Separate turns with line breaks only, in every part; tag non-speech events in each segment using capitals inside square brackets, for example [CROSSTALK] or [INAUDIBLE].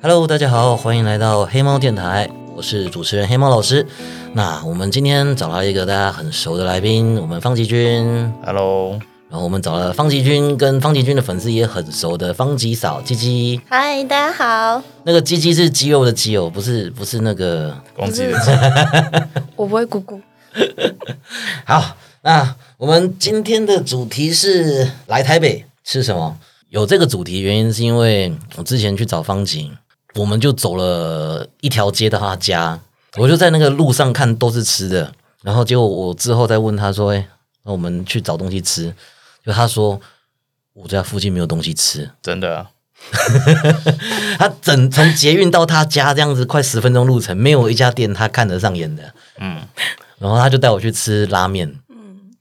Hello，大家好，欢迎来到黑猫电台，我是主持人黑猫老师。那我们今天找来一个大家很熟的来宾，我们方吉君。
Hello，
然后我们找了方吉君跟方吉君的粉丝也很熟的方吉嫂鸡鸡，
嗨，大家好，
那个鸡鸡是肌肉的肌哦，不是不是那个。
攻击的
不
击
是我不会咕咕，
好，那我们今天的主题是来台北吃什么？有这个主题原因是因为我之前去找方景，我们就走了一条街到他家，我就在那个路上看都是吃的，然后结果我之后再问他说：“哎、那我们去找东西吃。”就他说我家附近没有东西吃，
[LAUGHS] 真的啊，
他整从捷运到他家这样子快十分钟路程，没有一家店他看得上眼的。
嗯，
然后他就带我去吃拉面。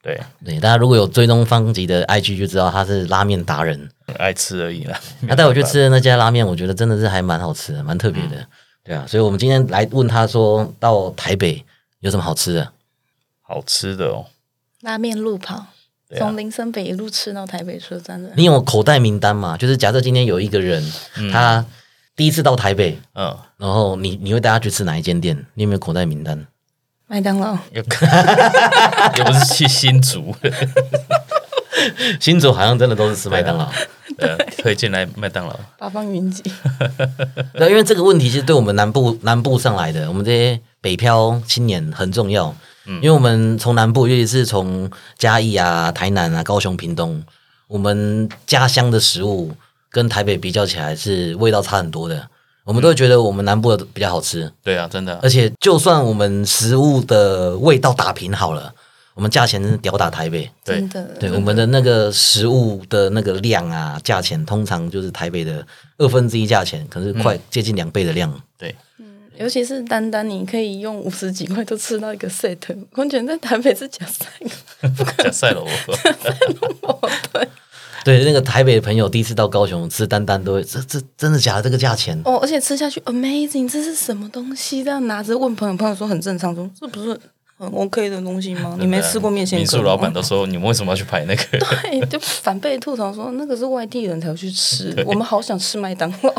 对，
对，大家如果有追踪方吉的 IG 就知道他是拉面达人。
很爱吃而已啦。 [LAUGHS]
他带我去吃的那家拉面，我觉得真的是还蛮好吃的，蛮特别的。对啊，所以我们今天来问他说，到台北有什么好吃的？
好吃的哦，
拉面路跑，
对啊
从林森北一路吃到台北车站的。
你有口袋名单吗？就是假设今天有一个人，他第一次到台北，
嗯， [LAUGHS]
然后你你会带他去吃哪一间店？你有没有口袋名单？
麦当劳，
又又不是去新竹， [LAUGHS]
新竹好像真的都是吃麦当劳。
呃，推荐来麦当劳，
八方云集，
对，因为这个问题其实对我们南部南部上来的，我们这些北漂青年很重要。因为我们从南部，尤其是从嘉义啊、台南啊、高雄、屏东，我们家乡的食物跟台北比较起来是味道差很多的。我们都会觉得我们南部的比较好吃，
对啊，真的
呃
啊
而且就算我们食物的味道打平好了，我们价钱真是吊打台北。
对
真，的，
对我们的那个食物的那个量啊，价钱通常就是台北的二分之一价钱，可是快接近两倍的量。
对，
尤其是单单你可以用五十几块就吃到一个 set，完全在台北是假赛，
假赛了我， [LAUGHS] 啊
对
对，那个台北的朋友第一次到高雄吃丹丹，都会这这真的假的？这个价钱？
哦，而且吃下去 amazing，这是什么东西？这样拿着问朋友，朋友说很正常，说这不是很 OK 的东西吗？你没吃过面
啊
线
民
羹
宿
吗？
老
[LAUGHS]
板都说你们为什么要去排那个？
对，就反被吐槽说那个是外地人才会
[LAUGHS]
去吃，我们好想吃麦当劳。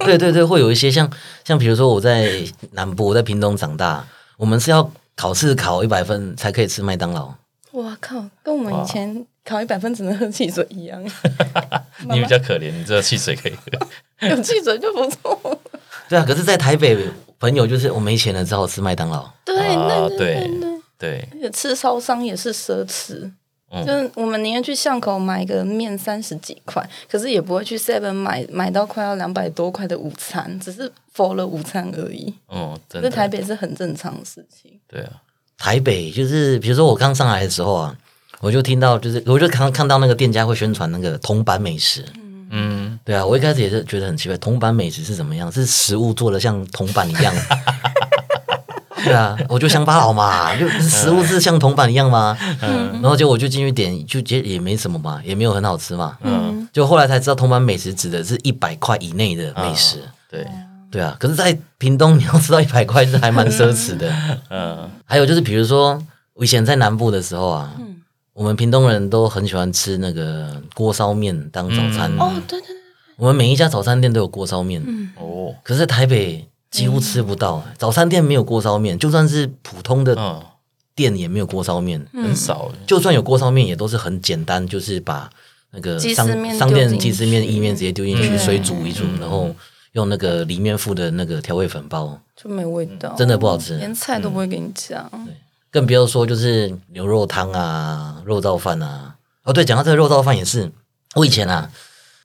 对对对，会有一些像像比如说我在南部，我在屏东长大，我们是要考试考一百分才可以吃麦当劳。
哇靠，跟我们以前考一百分只能喝汽水一样，
你比较可怜，你这汽水可以喝，
有汽水就不错。
对啊，可是，在台北朋友就是我没钱了，只好吃麦当劳。
对，
啊
那
对
那那
对，
而且吃烧伤也是奢侈。
嗯
就是我们宁愿去巷口买个面三十几块，可是也不会去 Seven 买买到快要两百多块的午餐，只是 for 了午餐而已。
嗯，真
这台
的，
北是很正常的事情。
对啊，
台北就是比如说我刚上来的时候啊，我就听到就是我就看看到那个店家会宣传那个铜板美食。
嗯，
对啊，我一开始也是觉得很奇怪，铜板美食是怎么样？是食物做的像铜板一样？
[LAUGHS]
对啊，我就乡巴佬嘛，就
嗯
食物是像铜板一样吗？嗯然后结果我就进去点，就觉得也没什么嘛，也没有很好吃嘛。
嗯，
就后来才知道，铜板美食指的是一百块以内的美食。
对，
对啊，可是，在屏东你要吃到一百块是还蛮奢侈的。
嗯，
还有就是，比如说我以前在南部的时候啊，我们屏东人都很喜欢吃那个锅烧面当早餐。
嗯
哦，对对对，
我们每一家早餐店都有锅烧面，
嗯
哦，
可是在台北几乎吃不到、欸早餐店没有锅烧面，就算是普通的
嗯，
店也没有锅烧面，
嗯
很少，
就算有锅烧面也都是很简单，就是把那个
鸡丝
商
面
商
丢
店
进
鸡丝面、
去
意面直接丢进去，
嗯
水煮一煮，然后用那个里面附的那个调味粉包，
就没味道，
真的不好吃
连菜都不会给你讲。
更不要说就是牛肉汤啊、肉燥饭啊。哦，对，讲到这个肉燥饭也是，我以前啊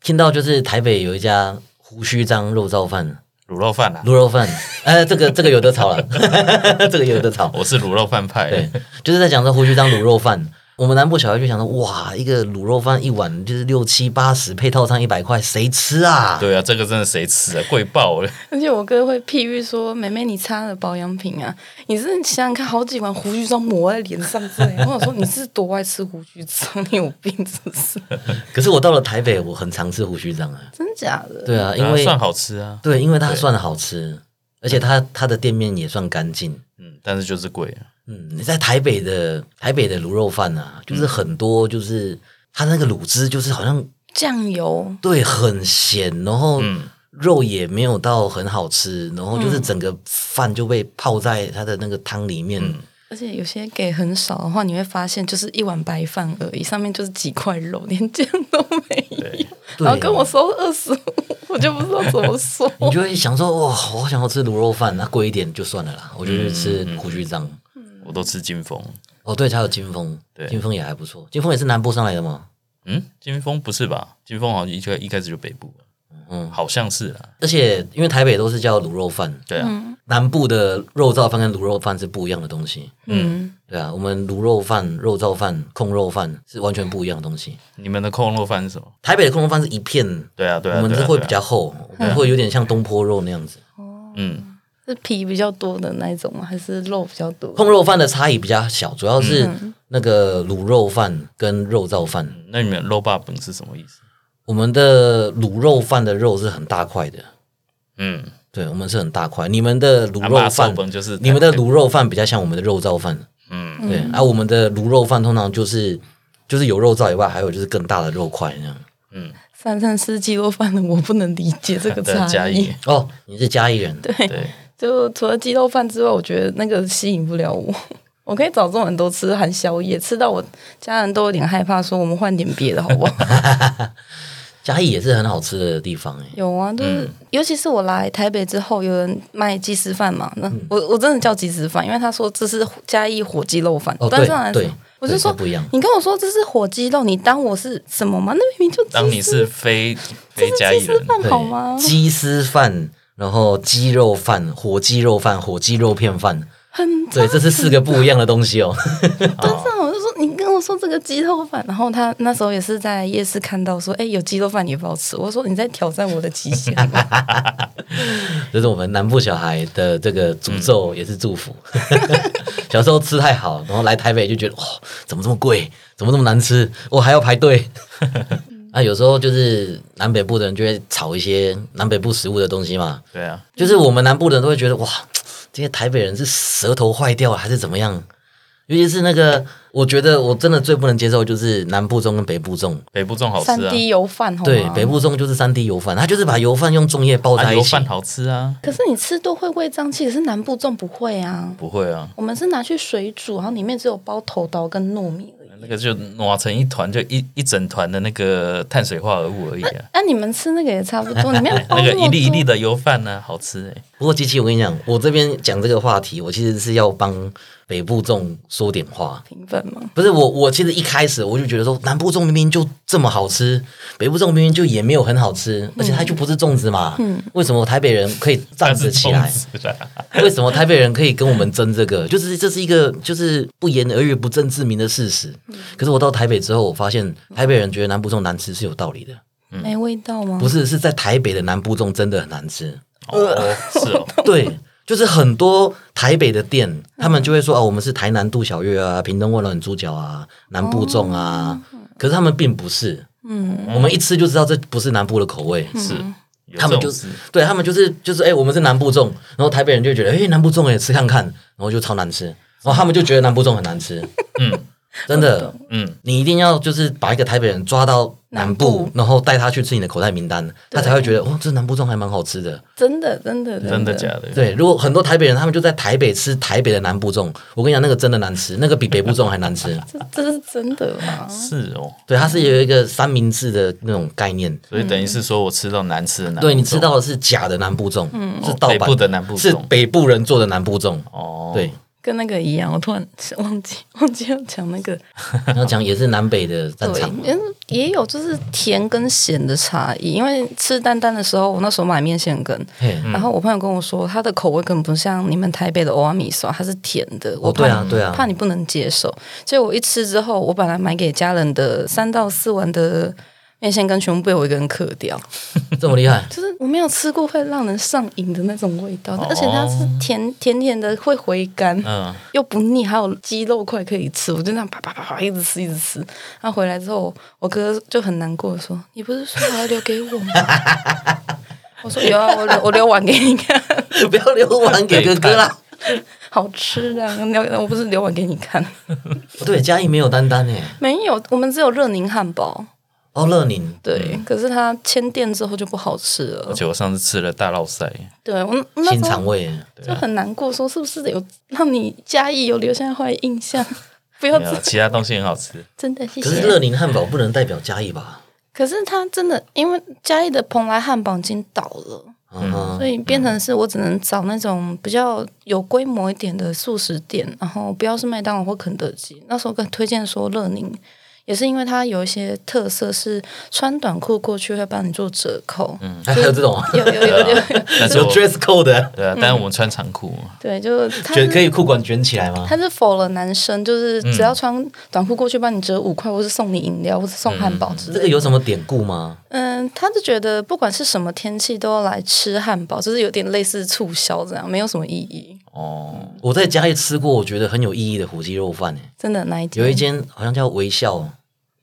听到就是台北有一家胡须张肉燥饭。
卤肉饭
嗯
啊，
卤肉饭，呃，这个这个有的炒了， [LAUGHS] 这个有的炒。
我是卤肉饭派，
对，就是在讲说胡须当卤肉饭。我们南部小孩就想说，哇，一个卤肉饭一碗就是六七八十，配套餐一百块，谁吃啊？
对啊，这个真的谁吃啊，贵爆了，
[LAUGHS] 而且我哥会譬喻说：“妹妹，你擦了保养品啊，你是想想看，好几碗胡须章抹在脸上这样。” [LAUGHS] 我想说：“你是多爱吃胡须章？你有病是不是？
可是我到了台北，我很常吃胡须章啊。
真假的？”
对啊，因
啊
为、
算好吃啊，
对，因为它算好吃，而且它它的店面也算干净。
嗯，但是就是贵啊，
嗯，你在台北的台北的卤肉饭啊，
嗯
就是很多就是、它那个卤汁就是好像
酱油
对很咸，然后
嗯
肉也没有到很好吃，然后
嗯
就是整个饭就被泡在它的那个汤里面。
嗯
而且有些给很少的话，你会发现就是一碗白饭而已，上面就是几块肉，连酱都没有。
对啊
然后跟我收二十五， [LAUGHS] 我就不知道怎么
[LAUGHS]
说。
你就会想说，哇，我好想要吃卤肉饭，那贵一点就算了啦，我就去吃
嗯
胡须章。
我都吃金峰。
哦，对，还有金峰，
对
金峰也还不错，金峰也是南部上来的嘛。
嗯，金峰不是吧？金峰好像一开一开始就北部了，
嗯
嗯，好像是啦。
而且因为台北都是叫卤肉饭，
对啊，
南部的肉燥饭跟卤肉饭是不一样的东西。
嗯，
对啊，我们卤肉饭、肉燥饭、控肉饭是完全不一样的东西。
你们的控肉饭是什么？
台北的控肉饭是一片，
对啊，对啊，
我们
对啊
是会
对啊
比较厚，我们会有点像东坡肉那样子。
嗯，
是皮比较多的那一种吗？还是肉比较多？
控肉饭的差异比较小，主要是那个卤肉饭跟肉燥饭。
那你们肉霸本是什么意思？
我们的卤肉饭的肉是很大块的，
嗯，
对我们是很大块。你们的卤
阿
肉
妈手
饭，
本就是
你们的卤肉饭比较像我们的肉燥饭，
嗯，
对。而、我们的卤肉饭通常就是就是有肉燥以外，还有就是更大的肉块那样。
三餐吃鸡肉饭的，我不能理解这个
[LAUGHS]
的
差 [LAUGHS]
嘉
异
义。，
哦，你是嘉义人，
对，
就除了鸡肉饭之外，我觉得那个吸引不了我。我可以早中晚都吃，含宵夜，吃到我家人都有点害怕，说我们换点别的好
[LAUGHS]
不好？
嘉义也是很好吃的地方哎。
有啊，就是、尤其是我来台北之后，有人卖鸡丝饭嘛，那
嗯
我我真的叫鸡丝饭，因为他说这是嘉义火鸡肉饭，
哦，
但
对
是来说
对，
我就
对
说
不一样。
你跟我说这是火鸡肉，你当我是什么吗？那明明就
当
鸡
你是非非嘉
鸡
义
丝
人，
饭
对
好吗？
鸡丝饭，然后鸡肉饭、火鸡肉饭、火鸡肉片饭，
很
对，这是四个不一样的东西哦。 [LAUGHS]
但是我就说你跟我说这个鸡肉饭，然后他那时候也是在夜市看到说，哎、有鸡肉饭你要不要吃？我说你在挑战我的极限吗。
这是我们南部小孩的这个诅咒，也是祝福。 [LAUGHS] 小时候吃太好，然后来台北就觉得，哇、怎么这么贵，怎么这么难吃，我还要排队。 [LAUGHS] 啊，有时候就是南北部的人就会炒一些南北部食物的东西嘛，
对啊，
就是我们南部的人都会觉得，哇，这些台北人是舌头坏掉了还是怎么样？尤其是那个，我觉得我真的最不能接受就是南部粽跟北部粽。
北部粽好
三
吃啊
D 油饭好吗？
对，北部粽就是三滴油饭，它就是把油饭用粽叶包
啊，
在一
油
起。
饭好吃啊，
可是你吃多会胃胀气，可是南部粽不会啊。
不会啊，
我们是拿去水煮，然后里面只有包头刀跟糯米而已。
那个就挪成一团，就一一整团的那个碳水化合物而已啊。
那、你们吃那个也差不多，
[LAUGHS]
里面包
那个
么
一粒一粒
多
的油饭呢，好吃哎。
不过，机器，我跟你讲，我这边讲这个话题，我其实是要帮北部粽说点话。
评 [LAUGHS] 分吗？
不是我，我其实一开始我就觉得说，南部粽明明就这么好吃，北部粽明明就也没有很好吃，而且它就不是粽子嘛。为什么台北人可以站着起来？
嗯是粽子啊
[LAUGHS]
啦
为什么台北人可以跟我们争这个？就是这是一个就是不言而喻、不证自明的事实。可是我到台北之后，我发现台北人觉得南部粽难吃是有道理的，
嗯
没味道吗？
不是是在台北的南部粽真的很难吃。呃
哦，是哦，
对，就是很多台北的店，他们就会说哦，我们是台南杜小月啊，屏东万峦猪脚啊，南部粽啊。可是他们并不是，
嗯，
我们一吃就知道这不是南部的口味。 [LAUGHS]
是，有
他们
这
就
种
是
事
对他们就是就是哎、我们是南部粽，然后台北人就觉得哎、南部粽也吃看看，然后就超难吃，然后他们就觉得南部粽很难吃，
嗯
[LAUGHS] 真的，
嗯，
你一定要就是把一个台北人抓到南部，
南部
然后带他去吃你的口袋名单，他才会觉得哦，这南部粽还蛮好吃的。
真的，真的，
真的
的
假？的？
对，如果很多台北人他们就在台北吃台北的南部粽，我跟你讲，那个真的难吃，那个比北部粽还 [LAUGHS] 难吃。
这这是真的吗？
是哦，
对，它是有一个三明治的那种概念。
所以等于是
嗯
说我吃到难吃的南部粽，
对你吃到的是假的南部粽，是盗版
哦北部的南部粽
是北部人做的南部粽。
哦，
对，
跟那个一样，我突然忘记忘记要讲那个
然后讲也是南北的战
对
场，，
嗯，也有就是甜跟咸的差异。因为吃丹丹的时候，我那时候买面线羹，
嘿，
然后我朋友跟我说，它的口味根本不像你们台北的欧阿米刷，它是甜的。我怕
对啊
你
对啊
怕你不能接受。结果我一吃之后，我本来买给家人的三到四碗的面线羹，全部被我一个人嗑掉。
这么厉害，
就是我没有吃过会让人上瘾的那种味
哦
道，而且它是甜甜甜的，会回甘。
嗯，
又不腻，还有鸡肉块可以吃，我就那样啪啪啪啪一直吃一直吃。然后回来之后，我哥就很难过的说：“你不是说还要留给我吗？” [LAUGHS] 我说：“有啊，我留我留碗给你看，
[LAUGHS] 不要留碗给哥哥啦。
[LAUGHS] 好吃的、啊。留我不是留 [LAUGHS] 碗给你看，
对，嘉义没有丹丹诶，
没有，我们只有热宁汉堡。
哦，乐宁，
对，可是它签店之后嗯就不好吃
而
了。
且我上次吃了大烙塞，
对我那
新
时
肠
候
胃，
就很难过，说是不是有让你嘉义有留下坏印象？不要
没有啊
这
其他东西很好
[LAUGHS]
吃。
真的谢
可是乐
谢。
宁汉堡不能代表嘉义吧？
可是它真的，因为嘉义的蓬莱汉堡已经倒了，
嗯
所
哼，
以变成是我只能找那种比较有规模一点的素食店，然后不要是麦当劳或肯德基。那时候更推荐说乐宁，也是因为它有一些特色是穿短裤过去会帮你做折扣。嗯，
还有这种啊
[LAUGHS] 有有有
[LAUGHS]
有，有
但是
有
我
dress code 的，
对啊，但是
嗯
我们穿长裤，
对，就是它
卷可
是
以嗯裤管卷起来吗？
它是否了男生，就是只要穿短裤过去帮你折五块，或是送你饮料，或是送汉堡之
这
类
个
的。
有什么典故吗？
嗯，他就觉得不管是什么天气都要来吃汉堡，就是有点类似促销这样，没有什么意义。
哦，
我在家里吃过，我觉得很有意义的火鸡肉饭诶、
真的那一天
有一间好像叫微笑，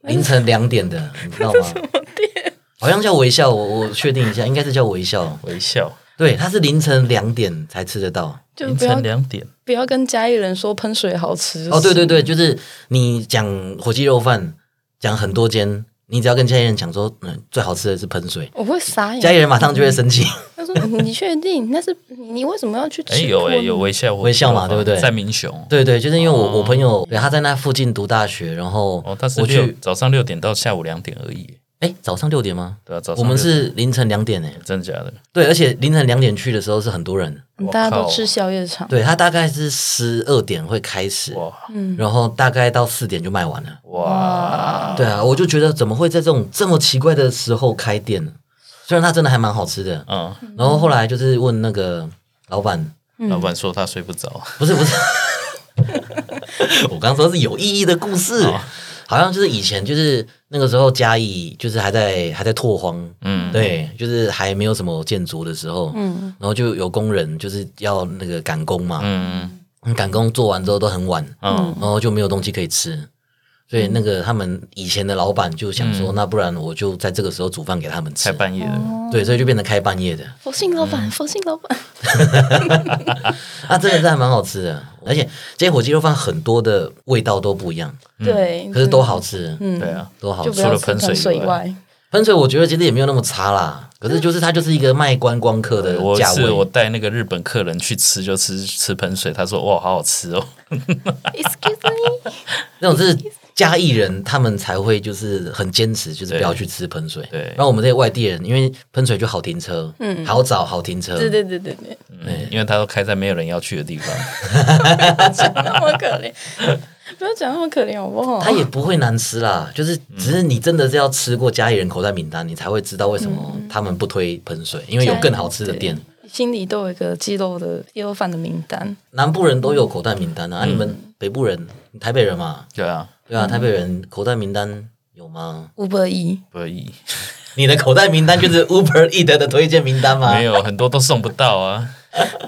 凌晨两点的，你知道
[LAUGHS]
吗？好像叫微笑，我我确定一下，应该是叫微笑。
微笑，
对，它是凌晨两点才吃得到。
就
凌
不要
晨两点，
不要跟家里人说喷水好吃
哦，对对对，就是你讲火鸡肉饭，讲很多间，你只要跟家里人讲说，嗯，最好吃的是喷水，
我会傻
家
眼。
里人马上就会生气。
他说：“你确定？那是你为什么要去吃
哎
过呢？”
有哎有微笑
微笑嘛对不对
在民雄，
[LAUGHS] 对对，就是因为我、
哦
我朋友对他在那附近读大学，然后
哦，他是
我
六
去，
早上六点到下午两点而已，
哎，早上六点吗？
对啊，早上
我们
6
是凌晨两点哎，
点真的假的？
对，而且凌晨两点去的时候是很多人，
嗯
我
大家都
靠
吃宵夜场，
对他大概是十二点会开始，
哇
嗯
然后大概到四点就卖完了。
哇，
对啊，我就觉得怎么会在这种这么奇怪的时候开店呢？虽然它真的还蛮好吃的，
嗯，
然后后来就是问那个老板，
嗯
老板说他睡不着，
不是不是，我刚说是有意义的故事，好像就是以前就是那个时候嘉义就是还在还在拓荒，
嗯，
对，就是还没有什么建筑的时候，
嗯
然后就有工人就是要那个赶工嘛，
嗯
赶工做完之后都很晚，
嗯
然后就没有东西可以吃，所
嗯
以那个他们以前的老板就想
嗯
说，那不然我就在这个时候煮饭给他们吃
才，半夜了，
哦
对，所以就变成开半夜的，
佛性老
嗯
板，佛性老板，
啊，真的是还蛮好吃的，而且这些火鸡肉饭很多的味道都不一样，
嗯
对，
可是都好吃，
嗯，
对啊，
都好
就
吃
不。要
除了
吃
喷水以
以
外
外，
喷水我觉得其实也没有那么差啦，可是就是它就是一个卖观光客的
我
价
是我
位，
带那个日本客人去吃，就吃吃喷水，他说哇，好好吃哦，
Excuse
[LAUGHS]
me，
那种是。嘉义人他们才会就是很坚持，就是不要去吃喷水。
对对
然后我们这些外地人，因为喷水就好停车，嗯，好找好停车，
对对对对对，
嗯，因为他都开在没有人要去的地方，
那么可怜， [LAUGHS] 不要讲那么可怜好不好？
它也不会难吃啦，就是
嗯
只是你真的是要吃过家里人口袋名单，你才会知道为什么他们不推喷水，因为有更好吃的店。
嗯对，心里都有一个鸡肉的鸡肉饭的名单。
南部人都有口袋名单啊，
嗯
啊你们北部人、台北人嘛，
[LAUGHS] 对啊，
对啊，台北人口袋名单有吗？
五百一，
不易，
你的口袋名单就是 Uber Eat 的推荐名单吗
没？有很多都送不到啊，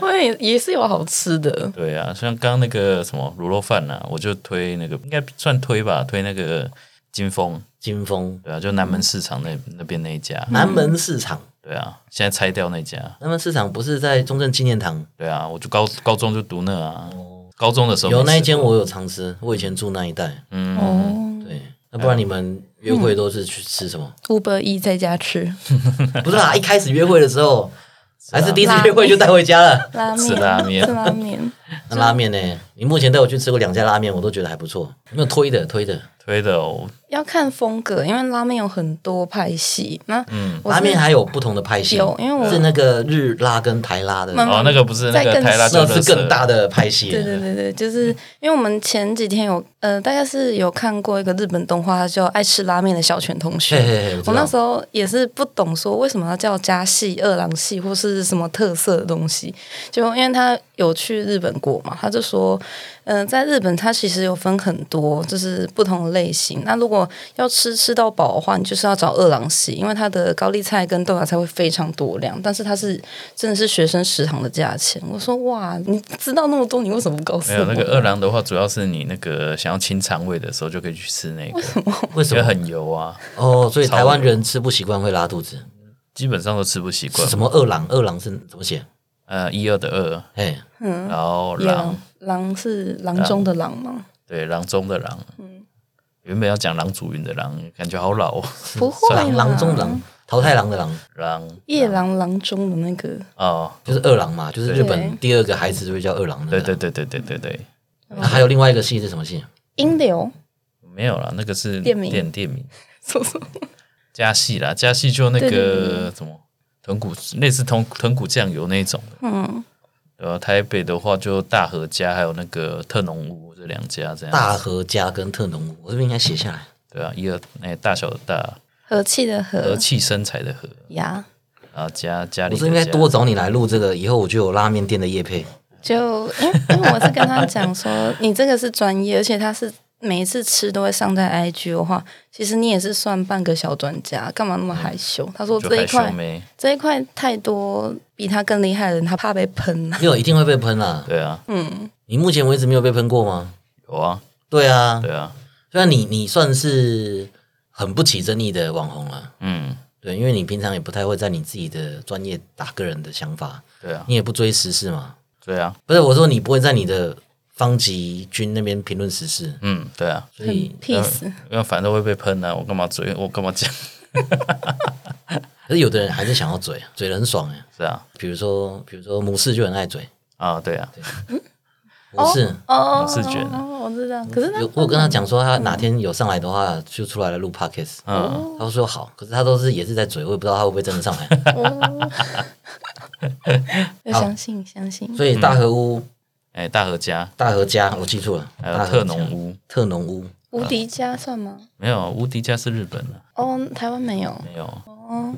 会也是有好吃的，
对啊，像刚刚那个什么卤肉饭啊，我就推那个应该算推吧，推那个金峰，
金峰、
对啊，就南门市场那那边那一家，
南门市场，
对啊，现在拆掉那家，
南门市场不是在中正纪念堂？
对啊，我就高高中就读那啊，高中的时候
有那一
没吃
间我有常吃，我以前住那一带。
嗯
哦，
对，那不然你们约会都是去吃什么？
五百一在家吃
不是啊啦，一开始约会的时候，还嗯是第啊一次
拉
约会就带回家了。
拉面，
吃拉面
吃拉面，
那拉面呢？你目前带我去吃过两家拉面，我都觉得还不错。有没有推的？推的
推的哦，
要看风格，因为拉面有很多派系。那嗯，
拉面还有不同的派系，
有因为我
是那个日拉跟台拉的，
慢慢
那
哦，那个不是那
再
个
更
台拉就
是更大的派系。
对对对对，就是因为我们前几天有呃，大概是有看过一个日本动画叫《爱吃拉面的小泉同学》，
嘿嘿嘿，我知
我那时
道。
候也是不懂说为什么要叫加系、二郎系或是什么特色的东西，就因为他有去日本过嘛，他就说，嗯、在日本它其实有分很多，就是不同的类型。那如果要吃吃到饱的话，你就是要找二郎系，因为它的高丽菜跟豆芽菜会非常多量，但是它是真的是学生食堂的价钱。我说哇，你知道那么多，你为什么不告诉
没
我？
有那个二郎的话，主要是你那个想要清肠胃的时候就可以去吃那个，
为
觉
什
得
么？
很油啊，
哦，所以台湾人吃不习惯会拉肚子。
基本上都吃不习惯
是。什么二郎？二郎是怎么写？
呃，一二的二，
哎，
然后
狼嗯
狼，
狼是郎中的郎吗？嗯
对，郎中的郎，原本要讲郎祖云的郎，感觉好老、哦，
不会啦
狼狼中狼，
嗯
淘汰狼的狼，
郎
夜郎郎中的那个，
哦，
就是二郎嘛，就是日本
对
第二个孩子就会叫二郎的。
对对对对对对对，
啊，还有另外一个戏是什么戏？
英流
没有啦，那个是
店名
店店名
什么什么
加戏啦，加戏就那
对对对
个什么豚骨，类似豚豚骨酱油那种的。
嗯，
然后台北的话就大和家还有那个特浓屋这两家这样。
大和家跟特农屋，我这边应该写下来。
对啊，一二哎大小的大，
和气的
和
和
气生财的和，
呀，
然后家家里
我是
的
应该
家
多找你来录这个，以后我就有拉面店的业配。
就因为因为我是跟他讲说，你这个是专业，而且他是每一次吃都会上在 IG 的话，其实你也是算半个小专家，干嘛那么害羞？他说
就
这一
害羞
块
没？
这一块太多比他更厉害的人，他怕被喷、啊。
没有，一定会被喷啊！
对啊，
嗯，
你目前为止没有被喷过吗？
有啊，
对啊，
对啊，
虽然你你算是很不起争议的网红了，
嗯，
对，因为你平常也不太会在你自己的专业打个人的想法，
对啊，
你也不追时事嘛。
对啊，
不是，我说你不会在你的方吉君那边评论时事，
嗯，对啊，
所
很
以
peace，、
因为反正会被喷啊，我干嘛嘴，我干嘛讲？ [LAUGHS]
可是有的人还是想要嘴，嘴的很爽哎。
是啊，
比如说，比如说母氏就很爱嘴，
啊，对啊，
母氏、
哦，
我是觉得
我知道，可是他
有啊我有跟他讲说，他哪天有上来的话，就出来了录 podcast。
嗯，
他说好，可是他都是也是在嘴，我也不知道他会不会真的上来。
哦，要相信相信，
所以啊大和屋、
哎，大和家
大和家，我记住了，
还有
大和
特
家
浓屋，
特农屋，
无敌家算吗？
没有无敌家是日本的，
哦，台湾没有
没有
哦，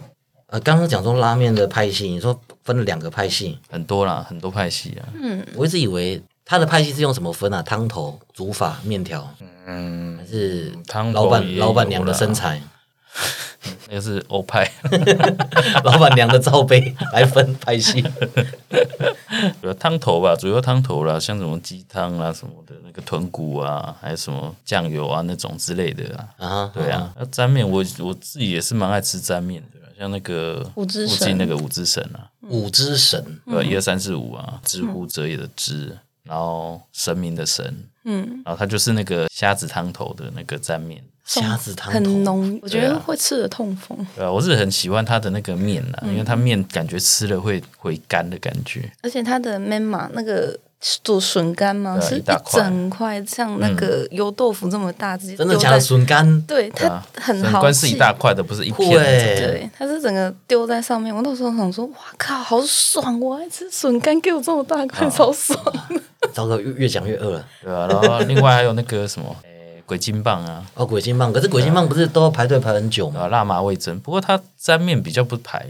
呃，刚刚讲说拉面的派系，你说分了两个派系，
很多啦，很多派系啊，
我一直以为他的派系是用什么分啊？汤头、煮法、面条，
嗯，
还是
汤
老
头也
板
有
老板娘的
啦
身材、 [LAUGHS]
那个是欧派，
老板娘的罩杯来分派
[LAUGHS]
系？
主要汤头吧，主要汤头啦，像什么鸡汤啊什么的，那个豚骨啊，还有什么酱油啊那种之类的啊。
啊，
对，啊，那沾面我我自己也是蛮爱吃沾面的啦，像那个
五之
附
神嗯
近那个五之神啊，
嗯五之神
呃一二三四五啊，知乎者也的知，然后神明的神，
嗯，
然后它就是那个虾子汤头的那个沾面。
虾子汤头
很浓，我觉得会吃的痛风，
对啊，我是很喜欢它的那个面
嗯
啦，因为它面感觉吃了会回甘的感觉。
而且它的 m a m a 那个。煮笋干吗？
对啊
是
一大块嗯
整块，像那个油豆腐这么大，直接
真的
丢
假的？
在
笋干
对，
对
它
啊，
很
整
好
关是一
吃
大块的，不是一片
酷
的。
欸
对，它是整个丢在上面。我那时候想说，哇靠，好爽！我爱吃笋干，给我这么大
啊
块，超爽。
糟糕，越越讲越饿 [LAUGHS] 了。
对啊，然后另外还有那个什么，诶、鬼金棒啊，
哦，鬼金棒，可是鬼金棒不是都要排队排很久
然
吗？
后辣麻味增，不过它沾面比较不排，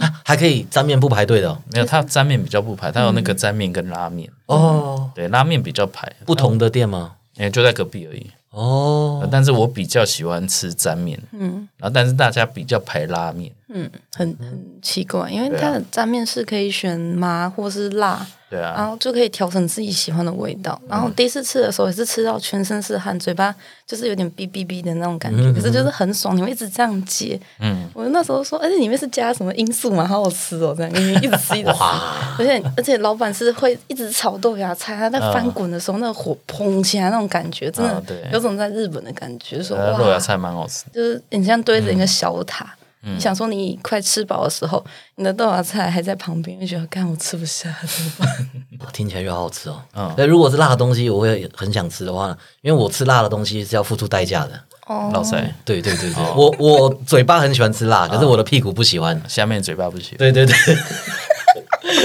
啊还可以沾面不排队的哦
没有它沾面比较不排，它有那个沾面跟拉面，
哦，
对，拉面比较排，
不同的店吗？
诶、就在隔壁而已。
哦，
但是我比较喜欢吃沾面，嗯，然后但是大家比较排拉面，
嗯，很很奇怪，因为
啊
它的蘸面是可以选麻或是辣，
对啊，
然后就可以调整自己喜欢的味道。然
嗯
后第一次吃的时候也是吃到全身是汗，嘴巴就是有点哔哔哔的那种感
嗯
觉，可是就是很爽，你会一直这样接。嗯，我那时候说，而且里面是加什么因素嘛，好好吃哦，这样因为一直吃
[LAUGHS]
一直吃，而且而且老板是会一直炒豆芽菜，他在翻滚的时候，那个火砰起来那种感觉，真
啊
的
对
有种在日本的感觉，说
呃
哇，
肉芽菜嗯蛮好吃，
就是你像堆着一个小塔，你想说你快吃饱的时候，你的豆芽菜还在旁边，就觉得干我吃不下，怎么办？
听起来就好好吃哦。那如果是辣的东西，我会很想吃的话，因为我吃辣的东西是要付出代价的。
老塞
对对对对，我我嘴巴很喜欢吃辣，可是我的屁股不喜欢。
下面嘴巴不行，
嗯对对对， [LAUGHS]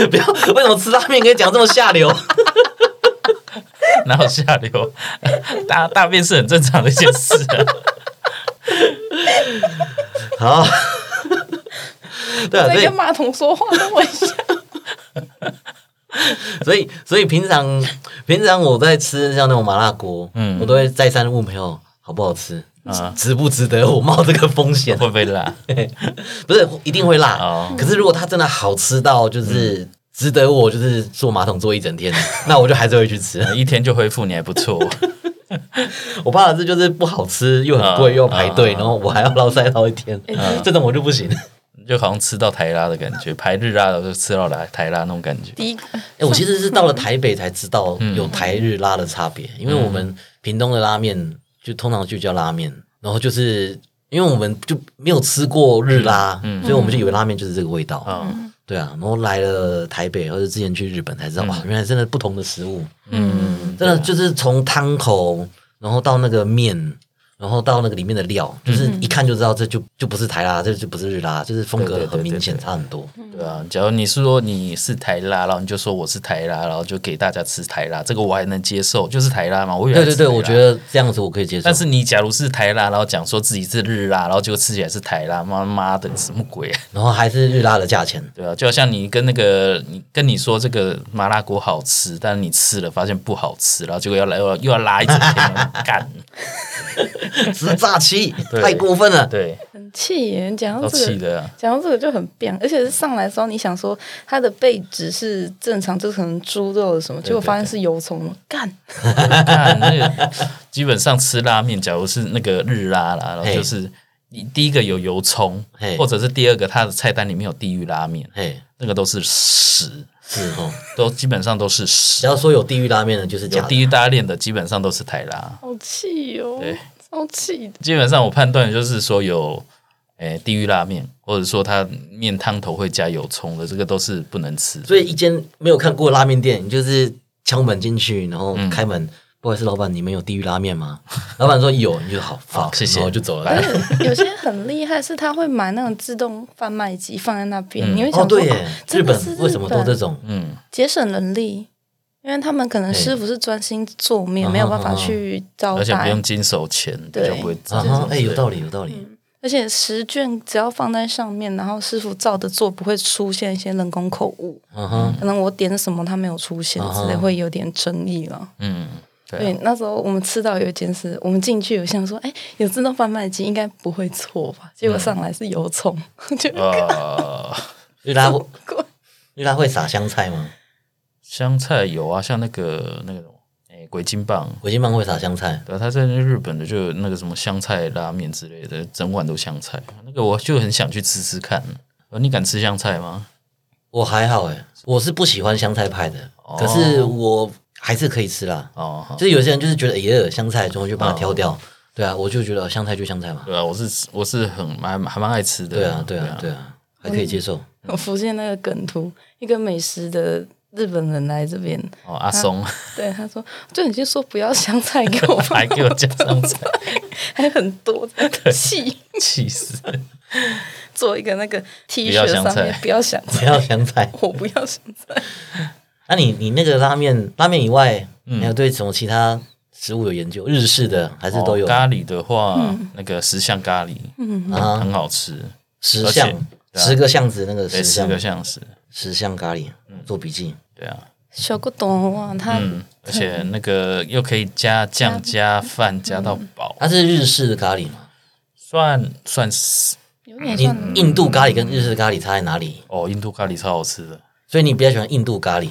不要为什么吃拉面可以讲这么下流？ [LAUGHS]
然后下流， [LAUGHS] 大大便是很正常的一件事啊，
[LAUGHS] 好，对
[LAUGHS]
啊，所
在跟
以
马桶说话，等我一下。
[LAUGHS] 所以所以平常平常我在吃像那种麻辣锅，嗯，我都会再三问朋友好不好吃，
啊
值不值得我冒这个风
[LAUGHS]
险？
会不会辣？
不是一定会辣，
哦嗯
可是如果它真的好吃到就是值得我就是坐马桶坐一整
[LAUGHS]
天，那我就还是会去吃。 [LAUGHS]
一天就恢复，你还不错，
我怕的是就是不好吃又很贵、
啊
又要排队，
啊
然后我还要捞塞捞一天，这种我就不
[LAUGHS]
行。
就好像吃到台拉的感觉，排日拉的就吃到来台拉那种感觉。
第一个
哎、我其
嗯
实是到了台北才知道有台日拉的差别，因为我们屏东的拉面就通常就叫拉面，然后就是因为我们就没有吃过日拉，所以我们就以为拉面就是这个味道。
嗯
对啊，然后来了台北或者之前去日本才知道，哇，原来真的不同的食物，
嗯，
真的就是从汤头，然后到那个面。然后到那个里面的料，就是一看就知道这就就不是台拉，这就不是日拉，就是风格
对对对
很明显
对对
差很多。
对啊，假如你是说你是台拉，然后你就说我是台拉，然后就给大家吃台拉，这个我还能接受，就是台拉嘛。我以
对
为
对对，我觉
得。
得这样子我可以接受。
啊但是你假如是台拉，然后讲说自己是日拉，然后结果吃起来是台拉，妈妈的什么鬼、啊？ [LAUGHS]
然后还是日拉的价钱，
对啊，就好像你跟那个你跟你说这个麻辣锅好吃，但是你吃了发现不好吃，然后结果要来又要又要拉一整天干，
直炸欺，
对
太过分了。
对，
很气耶！你讲到
要
这
气
个，
的啊、
讲到这个就很变，而且是上来的时候，你想说它的背脂是正常，就是可能猪肉的什么，结果发现是油葱，干
看 [LAUGHS] 那个，基本上吃拉面，假如是那个日拉啦，然后就是你第一个有油葱
嘿，
或者是第二个它的菜单里面有地狱拉面，
嘿，
那个都是屎，
是哦，
都基本上都是
只
屎。
要说有地狱拉面的，就是
有
假的。
地狱拉面的基本上都是台拉，
好气哦
对，
超气的。
基本上我判断就是说有。诶，地狱拉面，或者说它面汤头会加油葱的，这个都是不能吃的。
所以一间没有看过拉面店，你就是敲门进去，然
嗯
后开门，不好意思，老板，你们有地狱拉面吗？ [LAUGHS] 老板说有，你就好，
[LAUGHS] 好谢谢
然后就走了。 [LAUGHS]
拜
有些很厉害，是他会买那种自动贩卖机放在那边，
嗯
你会想
哦，
说，
对耶，日
真的
本
是日本
为什么都这种？
嗯，
节省人力，因为他们可能师傅是专心做面，
嗯
没有办法
嗯嗯
去招
而且不
待
用，经手钱，比
对
较不会吃
啊哈，哎，有道
理。
理，有道理。
而且食卷只要放在上面，然后师傅照着做，不会出现一些人工口误，
嗯哼，
可能我点什么他没有出现
嗯嗯
之类，会有点争议了。
嗯，啊对
对
啊，，
那时候我们吃到有一件事，我们进去有想说，哎，有自动贩卖机应该不会错吧？
嗯
结果上来是油葱， [LAUGHS] 就
呃，
日拉会
过
[LAUGHS] 日拉会撒香菜吗？
香菜有啊，像那个那个什么，哎、鬼金棒，
鬼金棒会撒香菜，
对啊，他在那日本的就有那个什么香菜拉面之类的，整碗都香菜，那个我就很想去吃吃看。呃，你敢吃香菜吗？
我还好哎，我是不喜欢香菜派的，
哦
可是我还是可以吃啦。
哦，好
就是有些人就是觉得哎呀香菜，然后就把
哦
它挑掉。对啊，我就觉得香菜就香菜嘛。
对啊，我是我是很蛮还蛮爱吃的。
对啊，对啊，对啊，还可以接受。
我浮现那个梗图，一个美食的日本人来这边，
啊
哦，阿松
对他说，就已经说不要香菜给我放
还给我加香菜， [LAUGHS]
还很多， [LAUGHS] 气
气死！
做一个那个 T
不要
恤
香
上面
菜
不要香菜， [LAUGHS]
不要香菜。
我不要香菜。
那你你那个拉面，拉面以外，
嗯
你有对什么其他食物有研究？日式的还是都有
哦咖喱的话，那个十香咖喱，嗯，
啊？
很好吃，
十
而且
项
对啊
十个巷子那个十
对，十
项
个嗯像是，
十项咖喱，做笔记。
对啊，
小古董啊，他
嗯，而且那个又可以加酱加饭加到饱，
它是日式的咖喱嘛？
算算是
有点像
印印度咖喱跟日式咖喱差在哪里？
哦，印度咖喱超好吃的。
所以你比较喜欢印度咖喱，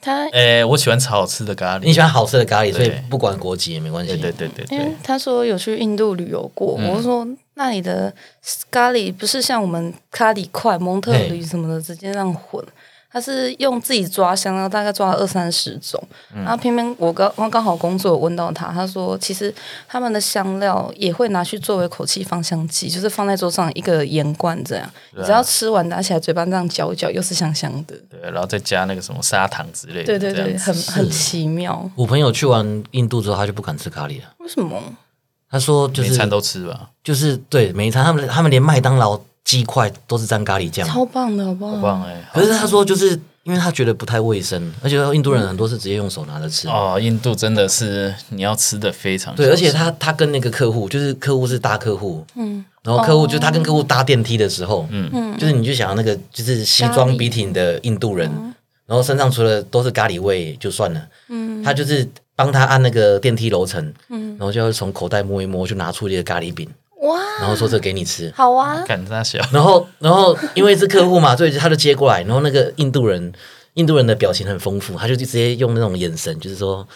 他，
诶、我喜欢吃好吃的咖
你
喱。
喜欢嗯好吃的咖喱，所以
对
不管国籍也没关系
对。对对对
因为
对，嗯
他说有去印度旅游过，我说那里的咖喱不是像我们咖喱块、蒙特驴什么的直接这样混。他是用自己抓香料，大概抓了二三十种，
嗯
然后偏偏我刚刚好工作，我问到他，他说其实他们的香料也会拿去作为口气芳香剂，就是放在桌上一个盐罐这样，
啊
你只要吃完拿起来嘴巴这样嚼一嚼，又是香香的，
对，然后再加那个什么砂糖之类的，
对对
这
对，
样子
很很奇妙，
我朋友去完印度之后，他就不敢吃咖喱了。
为什么？
他说就
每
是
餐都吃吧，
就是对每一餐，他们他们连麦当劳鸡块都是沾咖喱酱。
超棒的好
嗯
不好？
好棒哎、
可是他说，就是因为他觉得不太卫生，而且印度人很多是直接用手拿着吃。
哦，印度真的是你要吃的非常
对，
小
而且
心
他他跟那个客户，就是客户是大客户，嗯，然后客户就他跟客户搭电梯的时候，嗯，就是你就想要那个就是西装笔挺的印度人，然后身上除了都是咖喱味就算了，嗯，他就是帮他按那个电梯楼层，嗯，然后就要从口袋摸一摸，就拿出一个咖喱饼，
哇，
然后说这给你吃，
好啊，
干他小，
然后，然后因为是客户嘛，所以他就接过来。然后那个印度人，印度人的表情很丰富，他就直接用那种眼神，就是说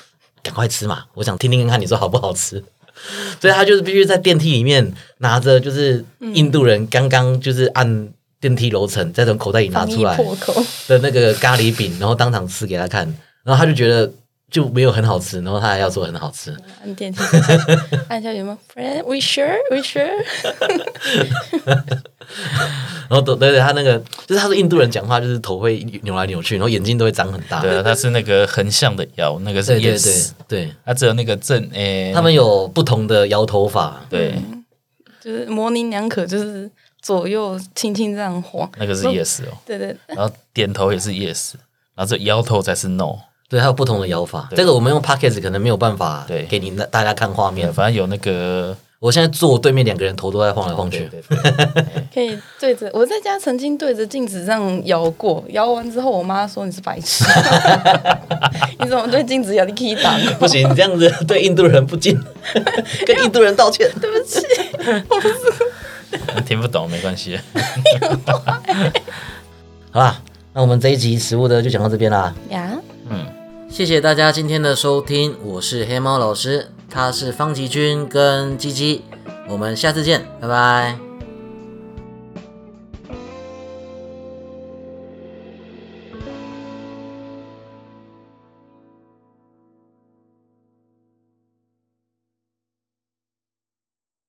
赶快吃嘛，我想听听看你说好不好吃。 [LAUGHS] 所以他就是必须在电梯里面拿着，就是
嗯
印度人刚刚就是按电梯楼层，再从口袋里拿
防
出
疫
来
破口，
的那个咖喱饼，然后当场吃给他看。然后他就觉得就没有很好吃，然后他还要说很好吃，
按电梯，按一下有没有？Friend, we sure, we sure。
然后对对对，他那个就是他说印度人讲话就是头会扭来扭去，然后眼睛都会长很大，
对啊，它是那个横向的摇，那个是
对对
yes，
对对，
它只有那个正诶，
他们嗯有不同的摇头法，
对
就是模棱两可，就是左右轻轻这样晃。
那个是 yes 哦，
对对，
然后点头也是 yes，然后这摇头才是 no，
对，还有不同的摇法。
对
这个我们用 podcast 可能没有办法
对
给你那大家看画面。
反正有那个
我现在坐我对面两个人头都在晃来晃去，
对对对
可以对着我在家曾经对着镜子这样摇过，摇完之后我妈说你是白痴， [LAUGHS] 你怎么对镜子摇？你可以打
不行，你这样子 [LAUGHS] 对印度人不敬， [LAUGHS] 跟印度人道歉。
对不起，
[LAUGHS] 听不懂没关系，
好啦，那我们这一集食物的就讲到这边啦。
呀，
嗯，
谢谢大家今天的收听，我是黑猫老师，他是方吉君跟鸡鸡，我们下次见，拜拜。